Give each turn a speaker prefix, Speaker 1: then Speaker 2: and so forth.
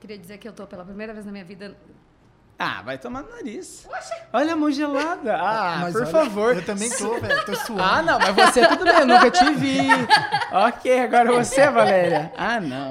Speaker 1: Queria dizer que eu tô pela primeira vez na minha vida.
Speaker 2: Ah, vai tomar no nariz.
Speaker 1: Poxa!
Speaker 2: Olha a mão gelada. Ah,
Speaker 3: Mas
Speaker 2: por
Speaker 3: olha,
Speaker 2: favor.
Speaker 3: Eu também tô, velho. Tô suando.
Speaker 2: é Ah, não, mas você tudo bem, eu nunca te vi. ok, agora você, Valéria. Ah, não.